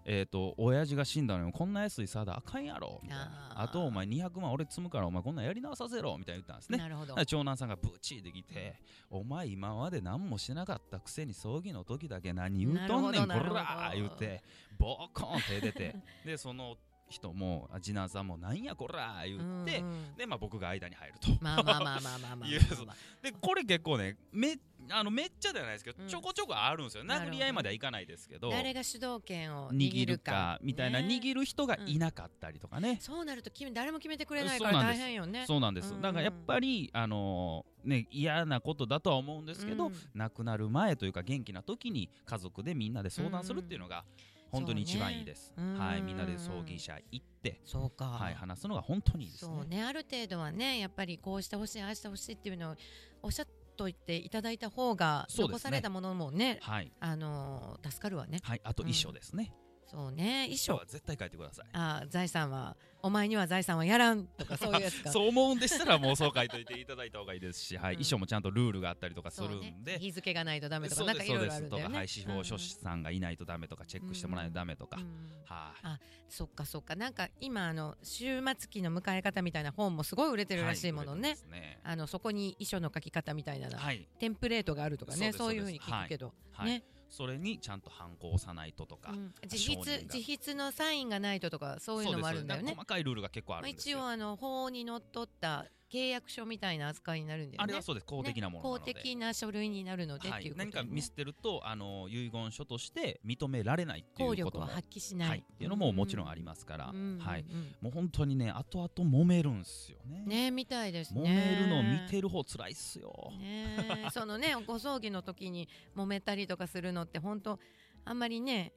Speaker 1: えー、と親父が死んだのにこんな安いサーダあかんやろみたいな
Speaker 2: あー
Speaker 1: あとお前200万俺積むからお前こんなんやり直させろみたいな言ったんですね
Speaker 2: なるほど
Speaker 1: だか。ら長男さんがブチできて、お前今まで何もしなかったくせに葬儀の時だけ何言うとんねんこ
Speaker 2: なるほど
Speaker 1: ら
Speaker 2: なるほど
Speaker 1: ー言うてボコーン手出 てでその人もあ次男さんもなんやこらー言って、
Speaker 2: うんうん
Speaker 1: でまあ僕が間に入ると、
Speaker 2: まあまあまあまあまあまあ。
Speaker 1: いやそう でこれ結構ねめあのめっちゃではないですけど、
Speaker 2: うん
Speaker 1: ちょこちょこあるんですよ殴り合いまではいかないですけど
Speaker 2: 誰が主導権を
Speaker 1: 握
Speaker 2: 握
Speaker 1: る
Speaker 2: る
Speaker 1: か
Speaker 2: か
Speaker 1: みたいな、
Speaker 2: ね
Speaker 1: 握る人がいなかったりとかね、
Speaker 2: そうなると決め誰も決めてくれない
Speaker 1: そ
Speaker 2: か
Speaker 1: う
Speaker 2: ら
Speaker 1: なんで
Speaker 2: 大
Speaker 1: す
Speaker 2: 変よね。
Speaker 1: そうなんです、
Speaker 2: うん
Speaker 1: だからやっぱりあのね嫌なことだとは思うんですけど、
Speaker 2: うん
Speaker 1: 亡くなる前というか元気な時に家族でみんなで相談するっていうのが本当に一番いいです、
Speaker 2: そうね
Speaker 1: はい
Speaker 2: うん
Speaker 1: みんなで葬儀社行って、
Speaker 2: そうか。
Speaker 1: はい、話すのが本当にいいですね
Speaker 2: そうねある程度はねやっぱりこうしてほしいああしてほしいっていうのをおっしゃっといていただいた方が、
Speaker 1: そうですね
Speaker 2: 残されたものもね
Speaker 1: はい、
Speaker 2: あのー助かるわね
Speaker 1: はい、あと衣装ですね、
Speaker 2: そうね
Speaker 1: 衣
Speaker 2: 衣
Speaker 1: 装
Speaker 2: 装
Speaker 1: は絶対書いてください
Speaker 2: あ財産はお前には財産はやらんとかそういうやつ か
Speaker 1: そう思うんでしたらもうそう書いといていただいた方がいいですし、はい
Speaker 2: うん
Speaker 1: 衣装もちゃんとルールがあったりとかす
Speaker 2: そう
Speaker 1: る
Speaker 2: ね
Speaker 1: んで、
Speaker 2: 日付がないとダメとか
Speaker 1: そう
Speaker 2: なん
Speaker 1: で
Speaker 2: か
Speaker 1: すそ
Speaker 2: い
Speaker 1: う
Speaker 2: ろい
Speaker 1: で
Speaker 2: ろある
Speaker 1: す
Speaker 2: んだ
Speaker 1: と
Speaker 2: よ
Speaker 1: か、
Speaker 2: ね
Speaker 1: はい、司法書士さんがいないとダメとかチェックしてもらえないとダメとか、
Speaker 2: うんうん
Speaker 1: はい、
Speaker 2: そっかそっかなんか今あの終末期の迎え方みたいな本もすごい売れてるらしいものね、
Speaker 1: はいそうですね
Speaker 2: あのそこに遺書の書き方みたいなの
Speaker 1: はい、
Speaker 2: テンプレートがあるとか
Speaker 1: そう
Speaker 2: ね
Speaker 1: です
Speaker 2: そういうふうに
Speaker 1: そうです
Speaker 2: 聞くけど、
Speaker 1: はい
Speaker 2: ね
Speaker 1: それにちゃんと反抗を押さないととか、
Speaker 2: うん自
Speaker 1: 承認
Speaker 2: 筆
Speaker 1: が
Speaker 2: 自筆のサインがないととかそういうのもあるんだよ
Speaker 1: そうですそうです
Speaker 2: ね
Speaker 1: 細かいルールが結構あ
Speaker 2: まあ、
Speaker 1: るんです
Speaker 2: 一
Speaker 1: よ、
Speaker 2: 応あの法にのっとった契約書みたいな扱いになるんだよ
Speaker 1: あ
Speaker 2: ね
Speaker 1: れはそうです公的なものな
Speaker 2: 公
Speaker 1: ので、
Speaker 2: 的な書類になるのでっ
Speaker 1: は
Speaker 2: てい、
Speaker 1: いう
Speaker 2: こと
Speaker 1: 何
Speaker 2: だ
Speaker 1: か
Speaker 2: よね
Speaker 1: 見捨てるとあの遺言書として認められないって
Speaker 2: 効
Speaker 1: いうこ
Speaker 2: 力
Speaker 1: と
Speaker 2: を
Speaker 1: も
Speaker 2: 発揮しない、
Speaker 1: はい、っていうのももちろんありますから、
Speaker 2: うんうんうん
Speaker 1: はい、もう本当にね後々揉めるんすよね
Speaker 2: ねみたいですね
Speaker 1: 揉めるのを見てる方辛いっすよ、
Speaker 2: ねそのねご葬儀の時に揉めたりとかするのって本当あんまりね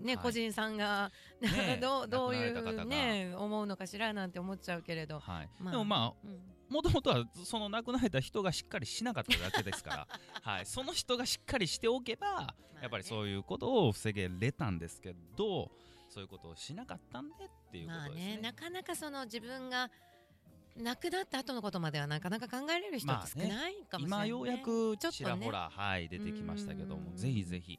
Speaker 2: ね、
Speaker 1: はい
Speaker 2: 個人さんが、
Speaker 1: ねえ
Speaker 2: どうどうい
Speaker 1: 亡くなられた方が
Speaker 2: うね思うのかしらなんて思っちゃうけれど、
Speaker 1: はい
Speaker 2: まあ
Speaker 1: でもまあ
Speaker 2: うん
Speaker 1: もともとはその亡くなられた人がしっかりしなかっただけですから、はい、その人がしっかりしておけばやっぱりそういうことを防げれたんですけどそういうことをしなかったんでっていうこ
Speaker 2: まあ
Speaker 1: とですね
Speaker 2: ね。なかなかその自分が亡くなった後のことまではなかなか考えれる人って少ないかもしれな
Speaker 1: 今
Speaker 2: い、ね
Speaker 1: ようやく
Speaker 2: ちょっとね
Speaker 1: ちらほら、はい、出てきましたけど
Speaker 2: うんうんう
Speaker 1: も
Speaker 2: ん
Speaker 1: ぜひぜひ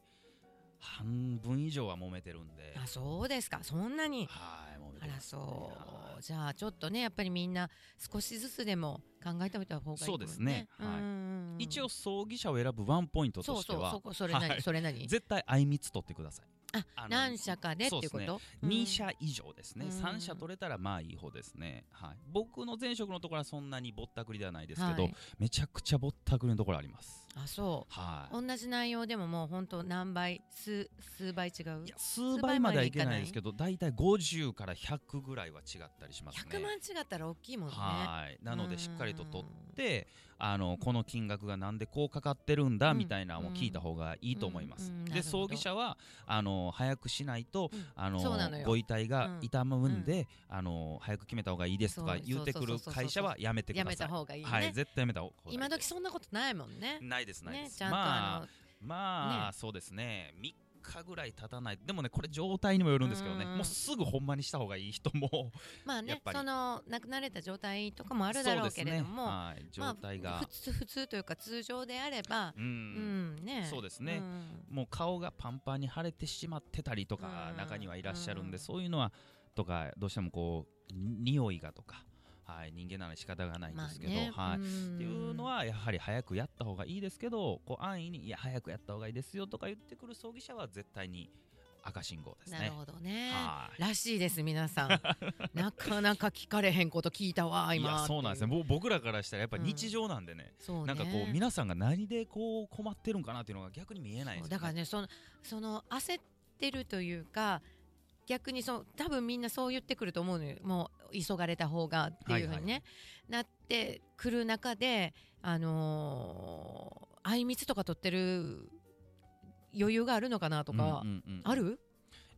Speaker 1: 半分以上は揉めてるんで
Speaker 2: あそうですかそんなに
Speaker 1: はい揉め
Speaker 2: あ
Speaker 1: て
Speaker 2: ら
Speaker 1: ますね
Speaker 2: そ
Speaker 1: は
Speaker 2: うじゃあちょっとねやっぱりみんな少しずつでも考えておいた方がいいかも、
Speaker 1: そうですねはい
Speaker 2: うん
Speaker 1: い一応葬儀者を選ぶワンポイント
Speaker 2: そ
Speaker 1: と
Speaker 2: う
Speaker 1: して
Speaker 2: そう
Speaker 1: は
Speaker 2: そこそれ何、
Speaker 1: はい
Speaker 2: それ何
Speaker 1: 絶対あいみつ取ってくださいあ
Speaker 2: あ
Speaker 1: の
Speaker 2: 何社かでっていうこ
Speaker 1: そうで
Speaker 2: と、うん
Speaker 1: 2社以上ですね、
Speaker 2: うん
Speaker 1: 3社取れたらまあいい方ですね、はい、僕の前職のところはそんなにぼったくりではないですけど、
Speaker 2: はい
Speaker 1: めちゃくちゃぼったくりのところあります
Speaker 2: あそう
Speaker 1: はい
Speaker 2: 同じ内容でももう本当何倍数数倍違う
Speaker 1: いや数倍まではいけないですけど大体50から100ぐらいは違ったりしますね
Speaker 2: 100万違ったら大きいもんね
Speaker 1: はいなの
Speaker 2: う
Speaker 1: で
Speaker 2: ん
Speaker 1: しっかりと取ってあのこの金額がなんでこうかかってるんだ
Speaker 2: うん
Speaker 1: みたいなのを聞いた方がいいと思います、
Speaker 2: うんうんなる
Speaker 1: で
Speaker 2: ほど
Speaker 1: 葬儀社はあの早くしないと
Speaker 2: うん
Speaker 1: あの
Speaker 2: そうなのよ
Speaker 1: ご遺体が
Speaker 2: うん
Speaker 1: 痛むんで、あの早く決めた方がいいですとか
Speaker 2: そう
Speaker 1: 言ってくる会社はやめてくだ
Speaker 2: や
Speaker 1: さい。
Speaker 2: めた方がいいね、
Speaker 1: はい、絶対やめた方がいいです。
Speaker 2: 今時そんなことないもんね
Speaker 1: ないですないで
Speaker 2: ね
Speaker 1: す。
Speaker 2: ちゃんとあ
Speaker 1: まあ
Speaker 2: の、
Speaker 1: まあ、
Speaker 2: ね
Speaker 1: そうですね。三日ぐらい経たないでもねこれ状態にもよるんですけどね、
Speaker 2: うん
Speaker 1: もうすぐほんまにした方がいい人も
Speaker 2: まあ
Speaker 1: やっ
Speaker 2: ね
Speaker 1: ぱり
Speaker 2: その亡くなれた状態とかもあるだろうけれども、
Speaker 1: そうですねはい、状態が、
Speaker 2: まあ、普通普通というか通常であれば、
Speaker 1: うん
Speaker 2: うんね、
Speaker 1: そうですね
Speaker 2: ん
Speaker 1: もう顔がパンパンに腫れてしまってたりとか
Speaker 2: うん
Speaker 1: 中にはいらっしゃるんで、
Speaker 2: うん
Speaker 1: そういうのはとかどうしてもこうに匂いがとか、はい、人間なら仕方がないんですけど、はい
Speaker 2: ん
Speaker 1: っていうのはやはり早くやった方がいいですけどこう安易に「いや早くやった方がいいですよ」とか言ってくる葬儀者は絶対に赤信号ですね。
Speaker 2: なるほどね。
Speaker 1: はい
Speaker 2: らしいです皆さんなかなか聞かれへんこと聞いたわ
Speaker 1: い
Speaker 2: 今
Speaker 1: やそうなんですね
Speaker 2: ね
Speaker 1: ぼ僕らからしたらやっぱ
Speaker 2: うん
Speaker 1: 日常なんでね、
Speaker 2: そうね
Speaker 1: なんかこう皆さんが何でこう困ってるんかなっていうのが逆に見えないですよね
Speaker 2: そうだからねそのその焦ってるというか逆にその多分みんなそう言ってくると思うのよもう急がれた方がっていうふうにね、
Speaker 1: はい
Speaker 2: なってくる中であのー、あいみつとか取ってる余裕があるのかなとか、
Speaker 1: うんうんうん
Speaker 2: ある、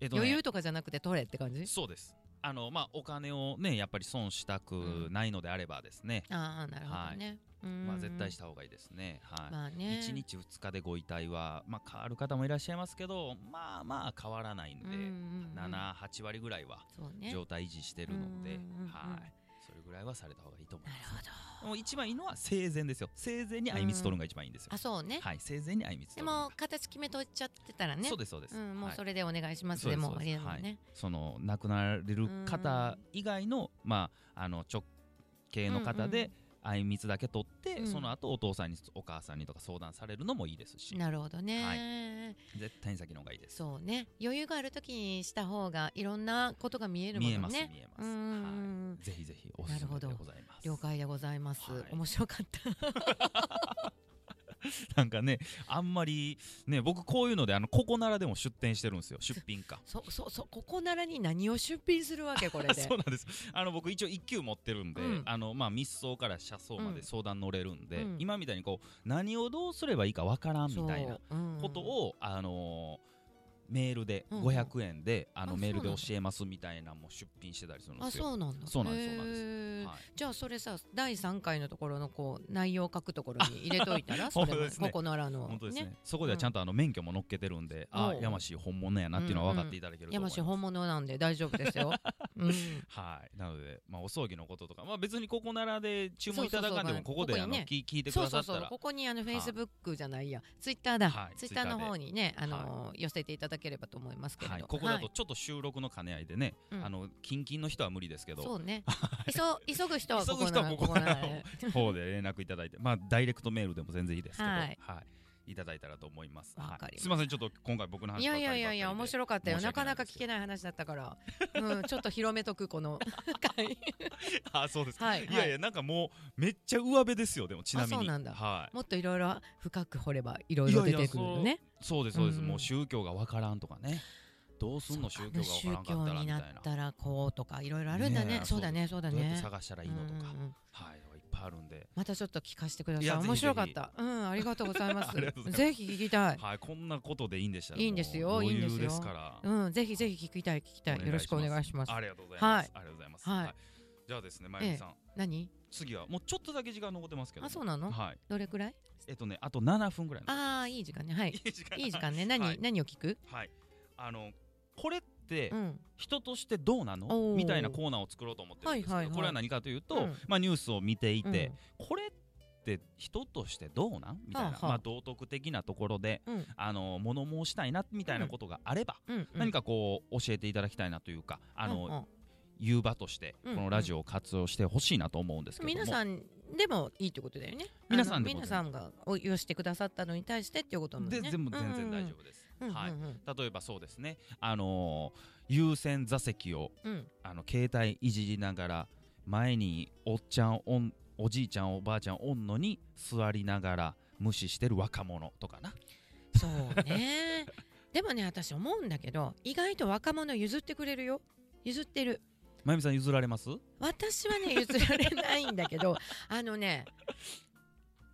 Speaker 1: えっとね
Speaker 2: 余裕とかじゃなくて取れって感じ
Speaker 1: そうですあのまあお金をねやっぱり損したくないのであればですね、
Speaker 2: ああなるほどね、うん
Speaker 1: まあ絶対した方がいいですねはい、
Speaker 2: まあね
Speaker 1: 1日2日でご遺体は、まあ、変わる方もいらっしゃいますけどまあまあ変わらないんで、
Speaker 2: うんうんうん
Speaker 1: 78割ぐらいは
Speaker 2: そうね
Speaker 1: 状態維持してるので、
Speaker 2: うんうんうんうん
Speaker 1: はいそれぐらいはされた方がいいと思い
Speaker 2: な
Speaker 1: ま
Speaker 2: るほど
Speaker 1: すもう一番いいのは生前ですよ生前にあいみつ取るのが一番いいんですよ
Speaker 2: あ、そうね、
Speaker 1: はい生前にあいみつ取
Speaker 2: で
Speaker 1: るのが
Speaker 2: も形決めといちゃってたらね
Speaker 1: そうですそうです、
Speaker 2: うん、もう
Speaker 1: はい
Speaker 2: それでお願いします
Speaker 1: そう
Speaker 2: で
Speaker 1: です
Speaker 2: も
Speaker 1: そう
Speaker 2: あ
Speaker 1: です
Speaker 2: りえないね、
Speaker 1: その亡くなられる方以外の、まあ、あの直系の方
Speaker 2: うん
Speaker 1: で、あいみつだけ取って、
Speaker 2: うん
Speaker 1: その後お父さんにお母さんにとか相談されるのもいいですし
Speaker 2: なるほどね、
Speaker 1: は絶対に先の方がいいです
Speaker 2: そうね余裕がある時にした方がいろんなことが見えるも
Speaker 1: 見え
Speaker 2: の
Speaker 1: ます
Speaker 2: ね
Speaker 1: 見えま
Speaker 2: う
Speaker 1: す、は
Speaker 2: ん
Speaker 1: い、ぜひぜひおすす
Speaker 2: なるほ
Speaker 1: めで
Speaker 2: ど
Speaker 1: ございます
Speaker 2: 了解でございます、
Speaker 1: はい
Speaker 2: 面白かった
Speaker 1: なんかねあんまりね僕こういうのであのここならでも出店してるんですよ出品か
Speaker 2: そそそここならに何を出品するわけ これで
Speaker 1: そうなんですあの僕一応一級持ってるんで、
Speaker 2: うん
Speaker 1: あのまあ密葬から車葬まで相談乗れるんで、
Speaker 2: うん
Speaker 1: 今みたいにこう何をどうすればいいかわからんみ
Speaker 2: そう
Speaker 1: たいな
Speaker 2: うん
Speaker 1: ことを、あのーメールで
Speaker 2: うんうん
Speaker 1: 500円で、あ
Speaker 2: あ
Speaker 1: のメール
Speaker 2: そう
Speaker 1: で
Speaker 2: なん
Speaker 1: 教
Speaker 2: だ
Speaker 1: えますみたいなのも出品してたりするんで
Speaker 2: あ
Speaker 1: すよ。
Speaker 2: そうなんだ
Speaker 1: そうなんですそうなんです
Speaker 2: へー
Speaker 1: はい
Speaker 2: じゃあそれさ第3回のところのこう内容を書くところに入れとい たらそれ
Speaker 1: 本当
Speaker 2: も
Speaker 1: ですね
Speaker 2: ここならの
Speaker 1: 本当ですねそこではちゃんとあの免許も載っけてるんで、
Speaker 2: お
Speaker 1: あ
Speaker 2: う
Speaker 1: 山師本物やなっていうのは分かっていただけると思い
Speaker 2: 山
Speaker 1: ます、
Speaker 2: 氏本物なんで大丈夫ですよ、うん、
Speaker 1: はいなので、まあ、お葬儀のこととか、まあ、別にここならで注文いただ
Speaker 2: そ
Speaker 1: か
Speaker 2: うん
Speaker 1: で
Speaker 2: そうそ
Speaker 1: も
Speaker 2: う
Speaker 1: ここで
Speaker 2: ここ
Speaker 1: あ
Speaker 2: に
Speaker 1: の
Speaker 2: ね
Speaker 1: 聞聞いてく
Speaker 2: そ
Speaker 1: だ
Speaker 2: う
Speaker 1: さ
Speaker 2: そう
Speaker 1: った
Speaker 2: そう
Speaker 1: ら
Speaker 2: ここにあのフ
Speaker 1: い
Speaker 2: ェイスブックじゃないやツイッターだ、
Speaker 1: はい
Speaker 2: ツイッターの
Speaker 1: Twitter で
Speaker 2: 方にねあのー、寄せていただければと思いますけれど、
Speaker 1: はい、ここだと
Speaker 2: は
Speaker 1: ちょっと収録の兼ね合いでね、
Speaker 2: いうん
Speaker 1: あの近々の人は無理ですけど
Speaker 2: そうね急 急ぐ人はここ
Speaker 1: 急ぐ人
Speaker 2: な
Speaker 1: は
Speaker 2: ら
Speaker 1: ここなら
Speaker 2: ここならね
Speaker 1: 方で連絡いただいて、まあ、ダイレクトメールでも全然いいですけど、
Speaker 2: は
Speaker 1: はいい、いただいたらと思います。
Speaker 2: わかりました
Speaker 1: はい、すみません、ちょっと今回僕の話ばっか
Speaker 2: い
Speaker 1: りばっかり
Speaker 2: やい
Speaker 1: で。
Speaker 2: やいやいや面白かったよ
Speaker 1: 申し
Speaker 2: な
Speaker 1: 訳
Speaker 2: か
Speaker 1: ない
Speaker 2: な
Speaker 1: です
Speaker 2: か聞けない話だったから、うん、ちょっと広めとくこの 回
Speaker 1: あ、そうですか。
Speaker 2: はい
Speaker 1: いやいや、なんかもう、めっちゃ上辺ですよ、でも、ちなみに。
Speaker 2: あそうなんだ
Speaker 1: はい。
Speaker 2: もっといろいろ深く掘ればいろいろ出てくるよね
Speaker 1: そうです、そうです、
Speaker 2: うん
Speaker 1: もう宗教がわからんとかね。どうすんの、宗
Speaker 2: そう
Speaker 1: 教
Speaker 2: か
Speaker 1: がわからんかったら
Speaker 2: 宗教に
Speaker 1: み
Speaker 2: な
Speaker 1: た
Speaker 2: っ
Speaker 1: いな。
Speaker 2: たらこうとかいろいろあるんだ
Speaker 1: ね
Speaker 2: ね
Speaker 1: え
Speaker 2: そうだねそうだ
Speaker 1: どうやって
Speaker 2: ね
Speaker 1: 探したらいいのとか
Speaker 2: うんう。んうん
Speaker 1: はい、いっぱいあるんで。
Speaker 2: またちょっと聞かせてください
Speaker 1: いやぜひ
Speaker 2: 面白かったうんありがとうございま
Speaker 1: あ
Speaker 2: す
Speaker 1: りがとうございます
Speaker 2: ぜひ聞きたい
Speaker 1: はい、こんなことでいいんでしたら。
Speaker 2: いいんですよ
Speaker 1: もう
Speaker 2: いいんですよ
Speaker 1: 余裕ですから。
Speaker 2: うん、ぜひぜひ聞きたい聞きたい
Speaker 1: お願いします
Speaker 2: よろしくお願いします。
Speaker 1: ありがとうございます。
Speaker 2: はい
Speaker 1: ありがとうございます。
Speaker 2: はい
Speaker 1: はい。じゃあですね、まゆみさん。
Speaker 2: 何？
Speaker 1: 次はもうちょっとだけ時間残ってますけど
Speaker 2: あ、そうなの？
Speaker 1: はい
Speaker 2: どれくらい？
Speaker 1: えっとねあと7分ぐらいの
Speaker 2: ああ、いい時間ね。はい。
Speaker 1: いい時間
Speaker 2: いい時間 ね。何、
Speaker 1: はい
Speaker 2: 何を聞く？
Speaker 1: はいあのこれって
Speaker 2: うん。
Speaker 1: 人としてどうなの、
Speaker 2: おー
Speaker 1: みたいなコーナーを作ろうと思ってるんですけど、
Speaker 2: はいはいはい
Speaker 1: これは何かというと、
Speaker 2: うん
Speaker 1: まあ、ニュースを見ていて、これって人としてどうなんみたいな、
Speaker 2: はあはあ
Speaker 1: まあ、道徳的なところで
Speaker 2: うん、うん、
Speaker 1: あの物申したいなみたいなことがあれば、
Speaker 2: うん、うん
Speaker 1: 何かこう教えていただきたいなというかあの、
Speaker 2: うんうん
Speaker 1: 言う場として
Speaker 2: うん
Speaker 1: このラジオを活用してほしいなと思うんですけども、
Speaker 2: 皆さんでもいいってことだよね。
Speaker 1: 皆さん
Speaker 2: あの
Speaker 1: でも
Speaker 2: 皆さんがおよしてくださったのに対してっていうこともね。
Speaker 1: で全部全然大丈夫です。
Speaker 2: うんうんうん。
Speaker 1: はい
Speaker 2: うんうん
Speaker 1: 例えばそうですね、あのー優先座席を
Speaker 2: うん。
Speaker 1: あの携帯いじりながら前におっちゃんおんおじいちゃんおばあちゃんおんのに座りながら無視してる若者とかな
Speaker 2: そうね。 でもね、私思うんだけど、意外と若者譲ってくれるよ。譲ってる。
Speaker 1: まゆみさん譲られます
Speaker 2: 私はね譲られないんだけ どあのね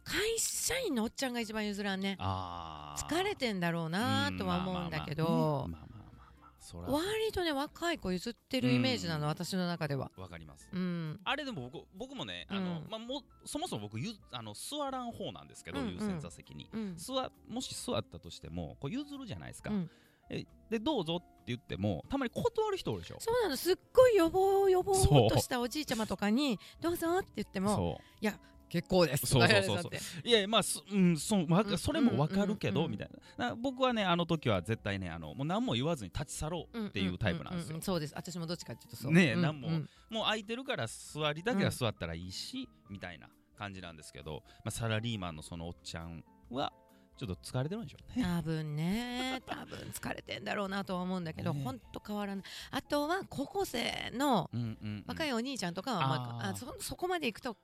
Speaker 2: 会社員のおっちゃんが一番譲らんね
Speaker 1: あー
Speaker 2: 疲れてんだろうなとは思うんだけど
Speaker 1: うんまあまあまあまあまあまあまあそら
Speaker 2: 割とね若い子譲ってるイメージな
Speaker 1: う
Speaker 2: の
Speaker 1: ん
Speaker 2: 私の中では
Speaker 1: わかります、
Speaker 2: うん
Speaker 1: あれでも僕僕もねあの、
Speaker 2: うん
Speaker 1: まあ、もうそもそも僕ゆあの座らん方なんですけど、
Speaker 2: うんうん
Speaker 1: 優先座席に
Speaker 2: うん
Speaker 1: 座もし座ったとしてもこう譲るじゃないですか、
Speaker 2: うん
Speaker 1: えでどうぞって言ってもたまに断る人おるでしょ
Speaker 2: そうなのすっごい予防予防
Speaker 1: そう
Speaker 2: っとしたおじいちゃまとかに「どうぞ」って言っても
Speaker 1: そう
Speaker 2: 「結構です」
Speaker 1: そうそうそう
Speaker 2: とか言われたって
Speaker 1: いやいやまあそ,、うん、そうわ
Speaker 2: う
Speaker 1: か
Speaker 2: ん
Speaker 1: それもわかるけ
Speaker 2: うん
Speaker 1: ど、
Speaker 2: うん
Speaker 1: みたいなな僕はねあの時は絶対ねあのもう何も言わずに立ち去ろうっていうタイプなんですよ、
Speaker 2: うううそうです私もどっちかっていうとそう
Speaker 1: ねえ
Speaker 2: うん
Speaker 1: なんも
Speaker 2: うん
Speaker 1: もう空いてるから座りだけは座ったらいいし、みたいな感じなんですけど、まあ、サラリーマンのそのおっちゃんはちょっと疲れてるんでしょうね
Speaker 2: 多分ね多分疲れてんだろうなとは思うんだけど
Speaker 1: ねえ
Speaker 2: 本当変わらないあとは高校生の
Speaker 1: うんうんうん
Speaker 2: 若いお兄ちゃんとかは、ま
Speaker 1: あ
Speaker 2: あ、
Speaker 1: ー
Speaker 2: あそそこまで行くと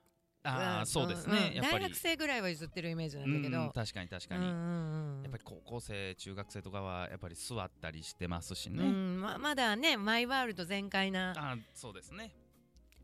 Speaker 1: あ
Speaker 2: う
Speaker 1: あ
Speaker 2: ん
Speaker 1: そうです
Speaker 2: う
Speaker 1: ね
Speaker 2: ん
Speaker 1: やっぱり
Speaker 2: 大学生ぐらいは譲ってるイメージな
Speaker 1: うん
Speaker 2: んだけ
Speaker 1: うん
Speaker 2: ど
Speaker 1: 確かに確か
Speaker 2: う
Speaker 1: に、
Speaker 2: んうんうん
Speaker 1: やっぱり高校生中学生とかはやっぱり座ったりしてますし
Speaker 2: う
Speaker 1: ね、
Speaker 2: んままだねマイワールド全開な
Speaker 1: ああそうですね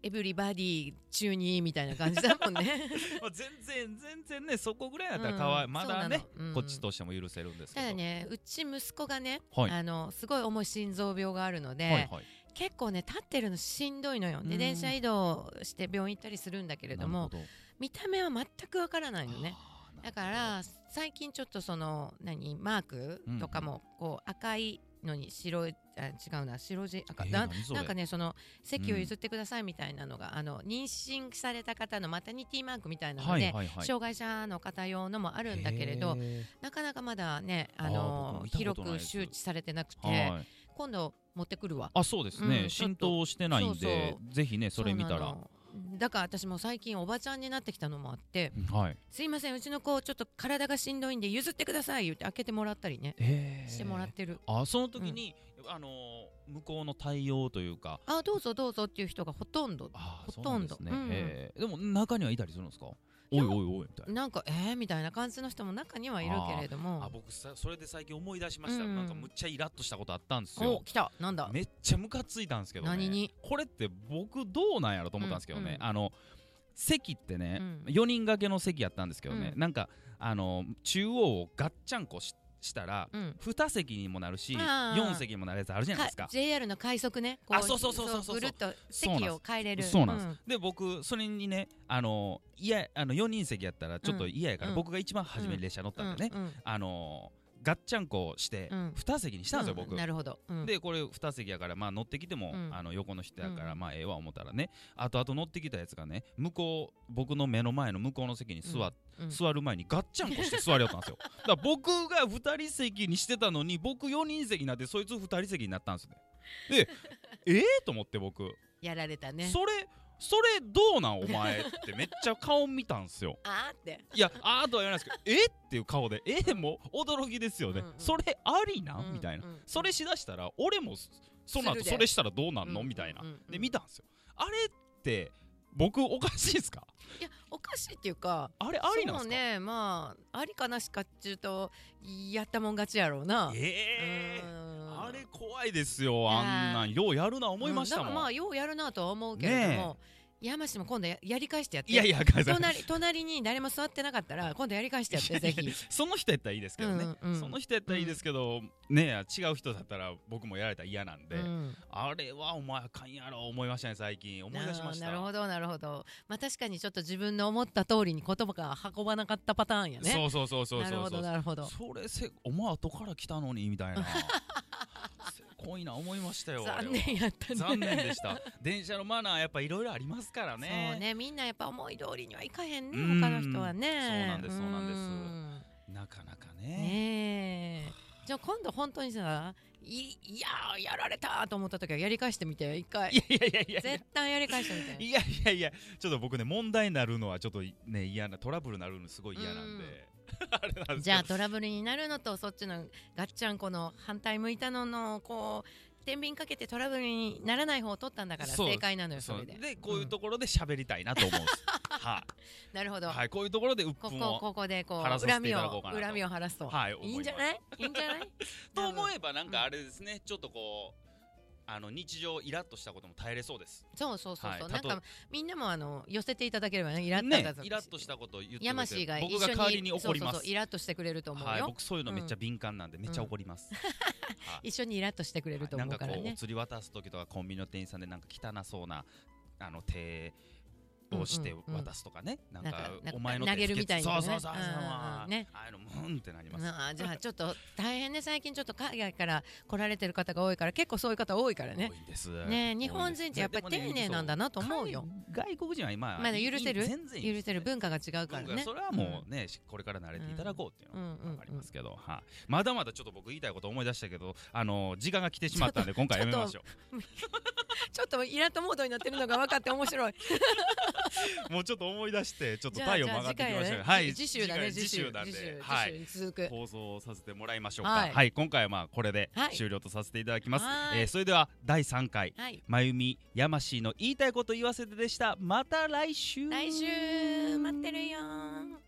Speaker 2: エブリバディ中にみたいな感じだもんね。
Speaker 1: まあ全然全然ねそこぐらい だったらかわい、
Speaker 2: うん
Speaker 1: まだね、、
Speaker 2: そうなの
Speaker 1: こっち。としても許せるんです
Speaker 2: う
Speaker 1: け
Speaker 2: んた
Speaker 1: ど
Speaker 2: だね、うち息子がね、
Speaker 1: はい
Speaker 2: あのすごい重い心臓病があるので、
Speaker 1: はいはい
Speaker 2: 結構ね立ってるのしんどいのよ。
Speaker 1: う
Speaker 2: で
Speaker 1: ん
Speaker 2: 電車移動して病院行ったりするんだけれども、
Speaker 1: なる
Speaker 2: 見た目は全くわからないの
Speaker 1: ほど
Speaker 2: ね。
Speaker 1: あーなるほど
Speaker 2: だから最近ちょっとその何マークとかもこう赤いのに白いあ違うな白地赤、
Speaker 1: えー
Speaker 2: な
Speaker 1: 何それ
Speaker 2: なんかねその席を譲ってくださいみたいなのが、あの妊娠された方のマタニティマークみたいなので、
Speaker 1: はいはいはい
Speaker 2: 障害者の方用のもあ
Speaker 1: あ
Speaker 2: るんだけれどなかなかまだねあの
Speaker 1: あー僕も見たこ
Speaker 2: 広
Speaker 1: とないで
Speaker 2: く
Speaker 1: す
Speaker 2: 周知されてなくて、
Speaker 1: はい、
Speaker 2: 今度持ってくるわ。
Speaker 1: あそうですね、
Speaker 2: うんちょ
Speaker 1: 浸
Speaker 2: っと
Speaker 1: 透してないんで
Speaker 2: そ
Speaker 1: ぜひねそれ見た
Speaker 2: うな
Speaker 1: ら
Speaker 2: のだから私も最近おばちゃんになってきたのもあって
Speaker 1: はい
Speaker 2: 「すいませんうちの子ちょっと体がしんどいんで譲ってください」言って開けてもらったりね
Speaker 1: え
Speaker 2: してもらってる。
Speaker 1: あその時に、あのー向こうの対応というか
Speaker 2: あどうぞどうぞっていう人がほとんど
Speaker 1: あー
Speaker 2: ほとんど
Speaker 1: そうな
Speaker 2: うんんうん
Speaker 1: ですね、えーでも中にはいたりするんですかお
Speaker 2: い
Speaker 1: い
Speaker 2: や
Speaker 1: おいおいみたいな
Speaker 2: なんかえー、みたいな感じの人も中にはいるけれど
Speaker 1: あ
Speaker 2: も
Speaker 1: 僕さそれで最近思い出しました、
Speaker 2: うん
Speaker 1: なんかむっちゃイラッとしたことあったんですよ
Speaker 2: お来たなんだ
Speaker 1: めっちゃムカついたんですけど、ね、
Speaker 2: 何に
Speaker 1: これって僕どうなんやろと思ったんですけどね、
Speaker 2: うんうん
Speaker 1: あの席ってね、
Speaker 2: うん
Speaker 1: 4人掛けの席やったんですけどね、
Speaker 2: うん
Speaker 1: なんかあの中央をガッチャンコししたら
Speaker 2: うん
Speaker 1: 2席にもなるし
Speaker 2: あー
Speaker 1: 4席にもなるやつあるじゃないですか
Speaker 2: か JR の快速ねこ
Speaker 1: あそうそうそうそうそう
Speaker 2: ぐるっと席を変えれる
Speaker 1: そうなんです、で僕それにねあのいやあの4人席やったらちょっと嫌やから、
Speaker 2: うん
Speaker 1: 僕が一番初めに列車乗ったんでね、
Speaker 2: うんうん
Speaker 1: あのガッチャンコして
Speaker 2: うん
Speaker 1: 2席にしたんですよ、
Speaker 2: う
Speaker 1: 僕
Speaker 2: なるほど、うん
Speaker 1: でこれ2席やからまあ乗ってきても、
Speaker 2: うん
Speaker 1: あの横の人やから、
Speaker 2: うん
Speaker 1: まあええわ思ったらねあとあと乗ってきたやつがね向こう僕の目の前の向こうの席に座,、
Speaker 2: うん
Speaker 1: 座る前にガッチャンコして座りよったんです よだから僕が2人席にしてたのに僕4人席になってそいつ2人席になったんですねでええと思って僕、
Speaker 2: やられたね
Speaker 1: それそれどうなんお前ってめっちゃ顔見たんす よ
Speaker 2: あーって
Speaker 1: いやあーとは言わないですけどえっていう顔でえもう驚きですよね、
Speaker 2: うんうん
Speaker 1: それありなん、みたいな
Speaker 2: うんうん
Speaker 1: それしだしたら俺もそその
Speaker 2: する
Speaker 1: 後
Speaker 2: で
Speaker 1: それしたらどうなんの、
Speaker 2: うん
Speaker 1: みたいな
Speaker 2: うんうん
Speaker 1: で見たんですよあれって僕おかしいですか
Speaker 2: いやおかしいっていうか
Speaker 1: あれありなん
Speaker 2: そ
Speaker 1: す
Speaker 2: う
Speaker 1: か、
Speaker 2: ねまあありかなしかっちゅうとやったもん勝ちやろうな
Speaker 1: ええ
Speaker 2: うん
Speaker 1: あれ怖いですよあんなんようやるな思いましたもん,、
Speaker 2: うだからまあようやるなとは思うけれども、山下も今度ややり返してやって
Speaker 1: いやいや母さん
Speaker 2: 隣隣に誰も座ってなかったら今度やり返してやってぜひ
Speaker 1: その人やったらいいですけどね、
Speaker 2: うんうん
Speaker 1: その人やったらいいですけど、ねえ違う人だったら僕もやられたら嫌なんで、
Speaker 2: うん
Speaker 1: あれはお前あかんやろ思いましたね最近思い出しました
Speaker 2: あーなるほどなるほどまあ確かにちょっと自分の思った通りに言葉が運ばなかったパターンやね
Speaker 1: そうそうそうそうそうそう
Speaker 2: なるほどなるほど
Speaker 1: それせお前後から来たのにみたいなせこいな思いましたよ俺は
Speaker 2: 残念やったね
Speaker 1: 残念でした電車のマナーやっぱいろいろありますからね
Speaker 2: そうねみんなやっぱ思い通りにはいかへんね
Speaker 1: うん
Speaker 2: 他の人はね
Speaker 1: そうなんですそうなんです
Speaker 2: ん
Speaker 1: なかなかね
Speaker 2: ねえじゃあ今度本当にさいいやーやられたと思った時はやり返してみて一回
Speaker 1: いやいやいやいや
Speaker 2: 絶対やり返してみて
Speaker 1: いやいやいやちょっと僕ね問題になるのはちょっとね嫌なトラブルになるのすごい嫌なんで あれなんですけど
Speaker 2: じゃあトラブルになるのとそっちのガッチャンコの反対向いたののこう天秤かけてトラブルにならない方を取ったんだから
Speaker 1: そう
Speaker 2: 正解なのよ
Speaker 1: そ
Speaker 2: それ
Speaker 1: うで
Speaker 2: で
Speaker 1: こういうところで喋りたいなと思うんです は
Speaker 2: なるほ
Speaker 1: い
Speaker 2: ど、
Speaker 1: はいこういうところで鬱
Speaker 2: こ
Speaker 1: 憤
Speaker 2: こ
Speaker 1: を
Speaker 2: ここでこ
Speaker 1: 晴ら
Speaker 2: う
Speaker 1: させ
Speaker 2: 恨
Speaker 1: てい
Speaker 2: み
Speaker 1: ただこう
Speaker 2: を
Speaker 1: かなと
Speaker 2: 恨みを晴らすと、
Speaker 1: はい
Speaker 2: い、いんじゃ
Speaker 1: い
Speaker 2: ないいいんじゃない
Speaker 1: と思
Speaker 2: 多分
Speaker 1: えばなんかあれですねちょっとこうあの日常イラッとしたことも耐えれそうです
Speaker 2: そうそうそうそ
Speaker 1: は
Speaker 2: う、
Speaker 1: い
Speaker 2: なんかみんなもあの寄せていただければねイラッと
Speaker 1: ね、イラッとしたことを言ってくれて
Speaker 2: ヤマシーが一緒に
Speaker 1: 僕が代わりに怒ります
Speaker 2: そうそうそうイラッとしてくれると思うよ、
Speaker 1: はい、僕そういうのめっちゃ敏感なんで、めっちゃ怒ります、はい
Speaker 2: 一緒にイラッとしてくれると
Speaker 1: な
Speaker 2: 思
Speaker 1: ん
Speaker 2: う
Speaker 1: か
Speaker 2: か
Speaker 1: こ
Speaker 2: ら
Speaker 1: うお
Speaker 2: ね
Speaker 1: 釣り渡す時とかコンビニの店員さんでなんか汚そうなあの手をして
Speaker 2: うんうんうん
Speaker 1: 渡すとかね、
Speaker 2: な
Speaker 1: なんん
Speaker 2: か
Speaker 1: か
Speaker 2: なんか
Speaker 1: お前の
Speaker 2: 投げるみたいなね
Speaker 1: そうそうそうそう、
Speaker 2: うんうんね
Speaker 1: ああいうのもんってなります、
Speaker 2: あーじゃあちょっと大変ね最近ちょっと海外から来られてる方が多いから結構そういう方多いからね
Speaker 1: 多いんです
Speaker 2: ね日本人ってやっぱり丁寧なんだ
Speaker 1: な
Speaker 2: なと思うよ
Speaker 1: 外国人は今、
Speaker 2: まだ許せる
Speaker 1: いい全然いい
Speaker 2: 許せる文化が違う
Speaker 1: だ
Speaker 2: か
Speaker 1: から
Speaker 2: ね
Speaker 1: それはもうね、しこれから慣れていただこうっていうの
Speaker 2: うんうんうん
Speaker 1: はありますけど、はいまだまだちょっと僕言いたいこと思い出したけどあの時間が来てしまった んで今回やめましょ
Speaker 2: ちょっとイラッとモードになってるのが分かって面白い
Speaker 1: うもうちょっと思い出してちょっと
Speaker 2: じゃあ
Speaker 1: 体温
Speaker 2: じゃ
Speaker 1: も
Speaker 2: あ
Speaker 1: 上がっ
Speaker 2: 次
Speaker 1: てき
Speaker 2: 回
Speaker 1: ま
Speaker 2: は
Speaker 1: したけ
Speaker 2: ね
Speaker 1: どはい
Speaker 2: 次週だね
Speaker 1: 次
Speaker 2: 次
Speaker 1: 週
Speaker 2: 週
Speaker 1: なんで
Speaker 2: 次週
Speaker 1: はい
Speaker 2: 次週に続く
Speaker 1: 放送させてもらいましょうか
Speaker 2: は
Speaker 1: はいい、今回はまあこれで
Speaker 2: はい
Speaker 1: 終了とさせていただきます、
Speaker 2: はい
Speaker 1: えーそれでは第3回
Speaker 2: はい
Speaker 1: まゆみやましいの言いたいこと言わせてでしたまた来週
Speaker 2: 来週待ってるよー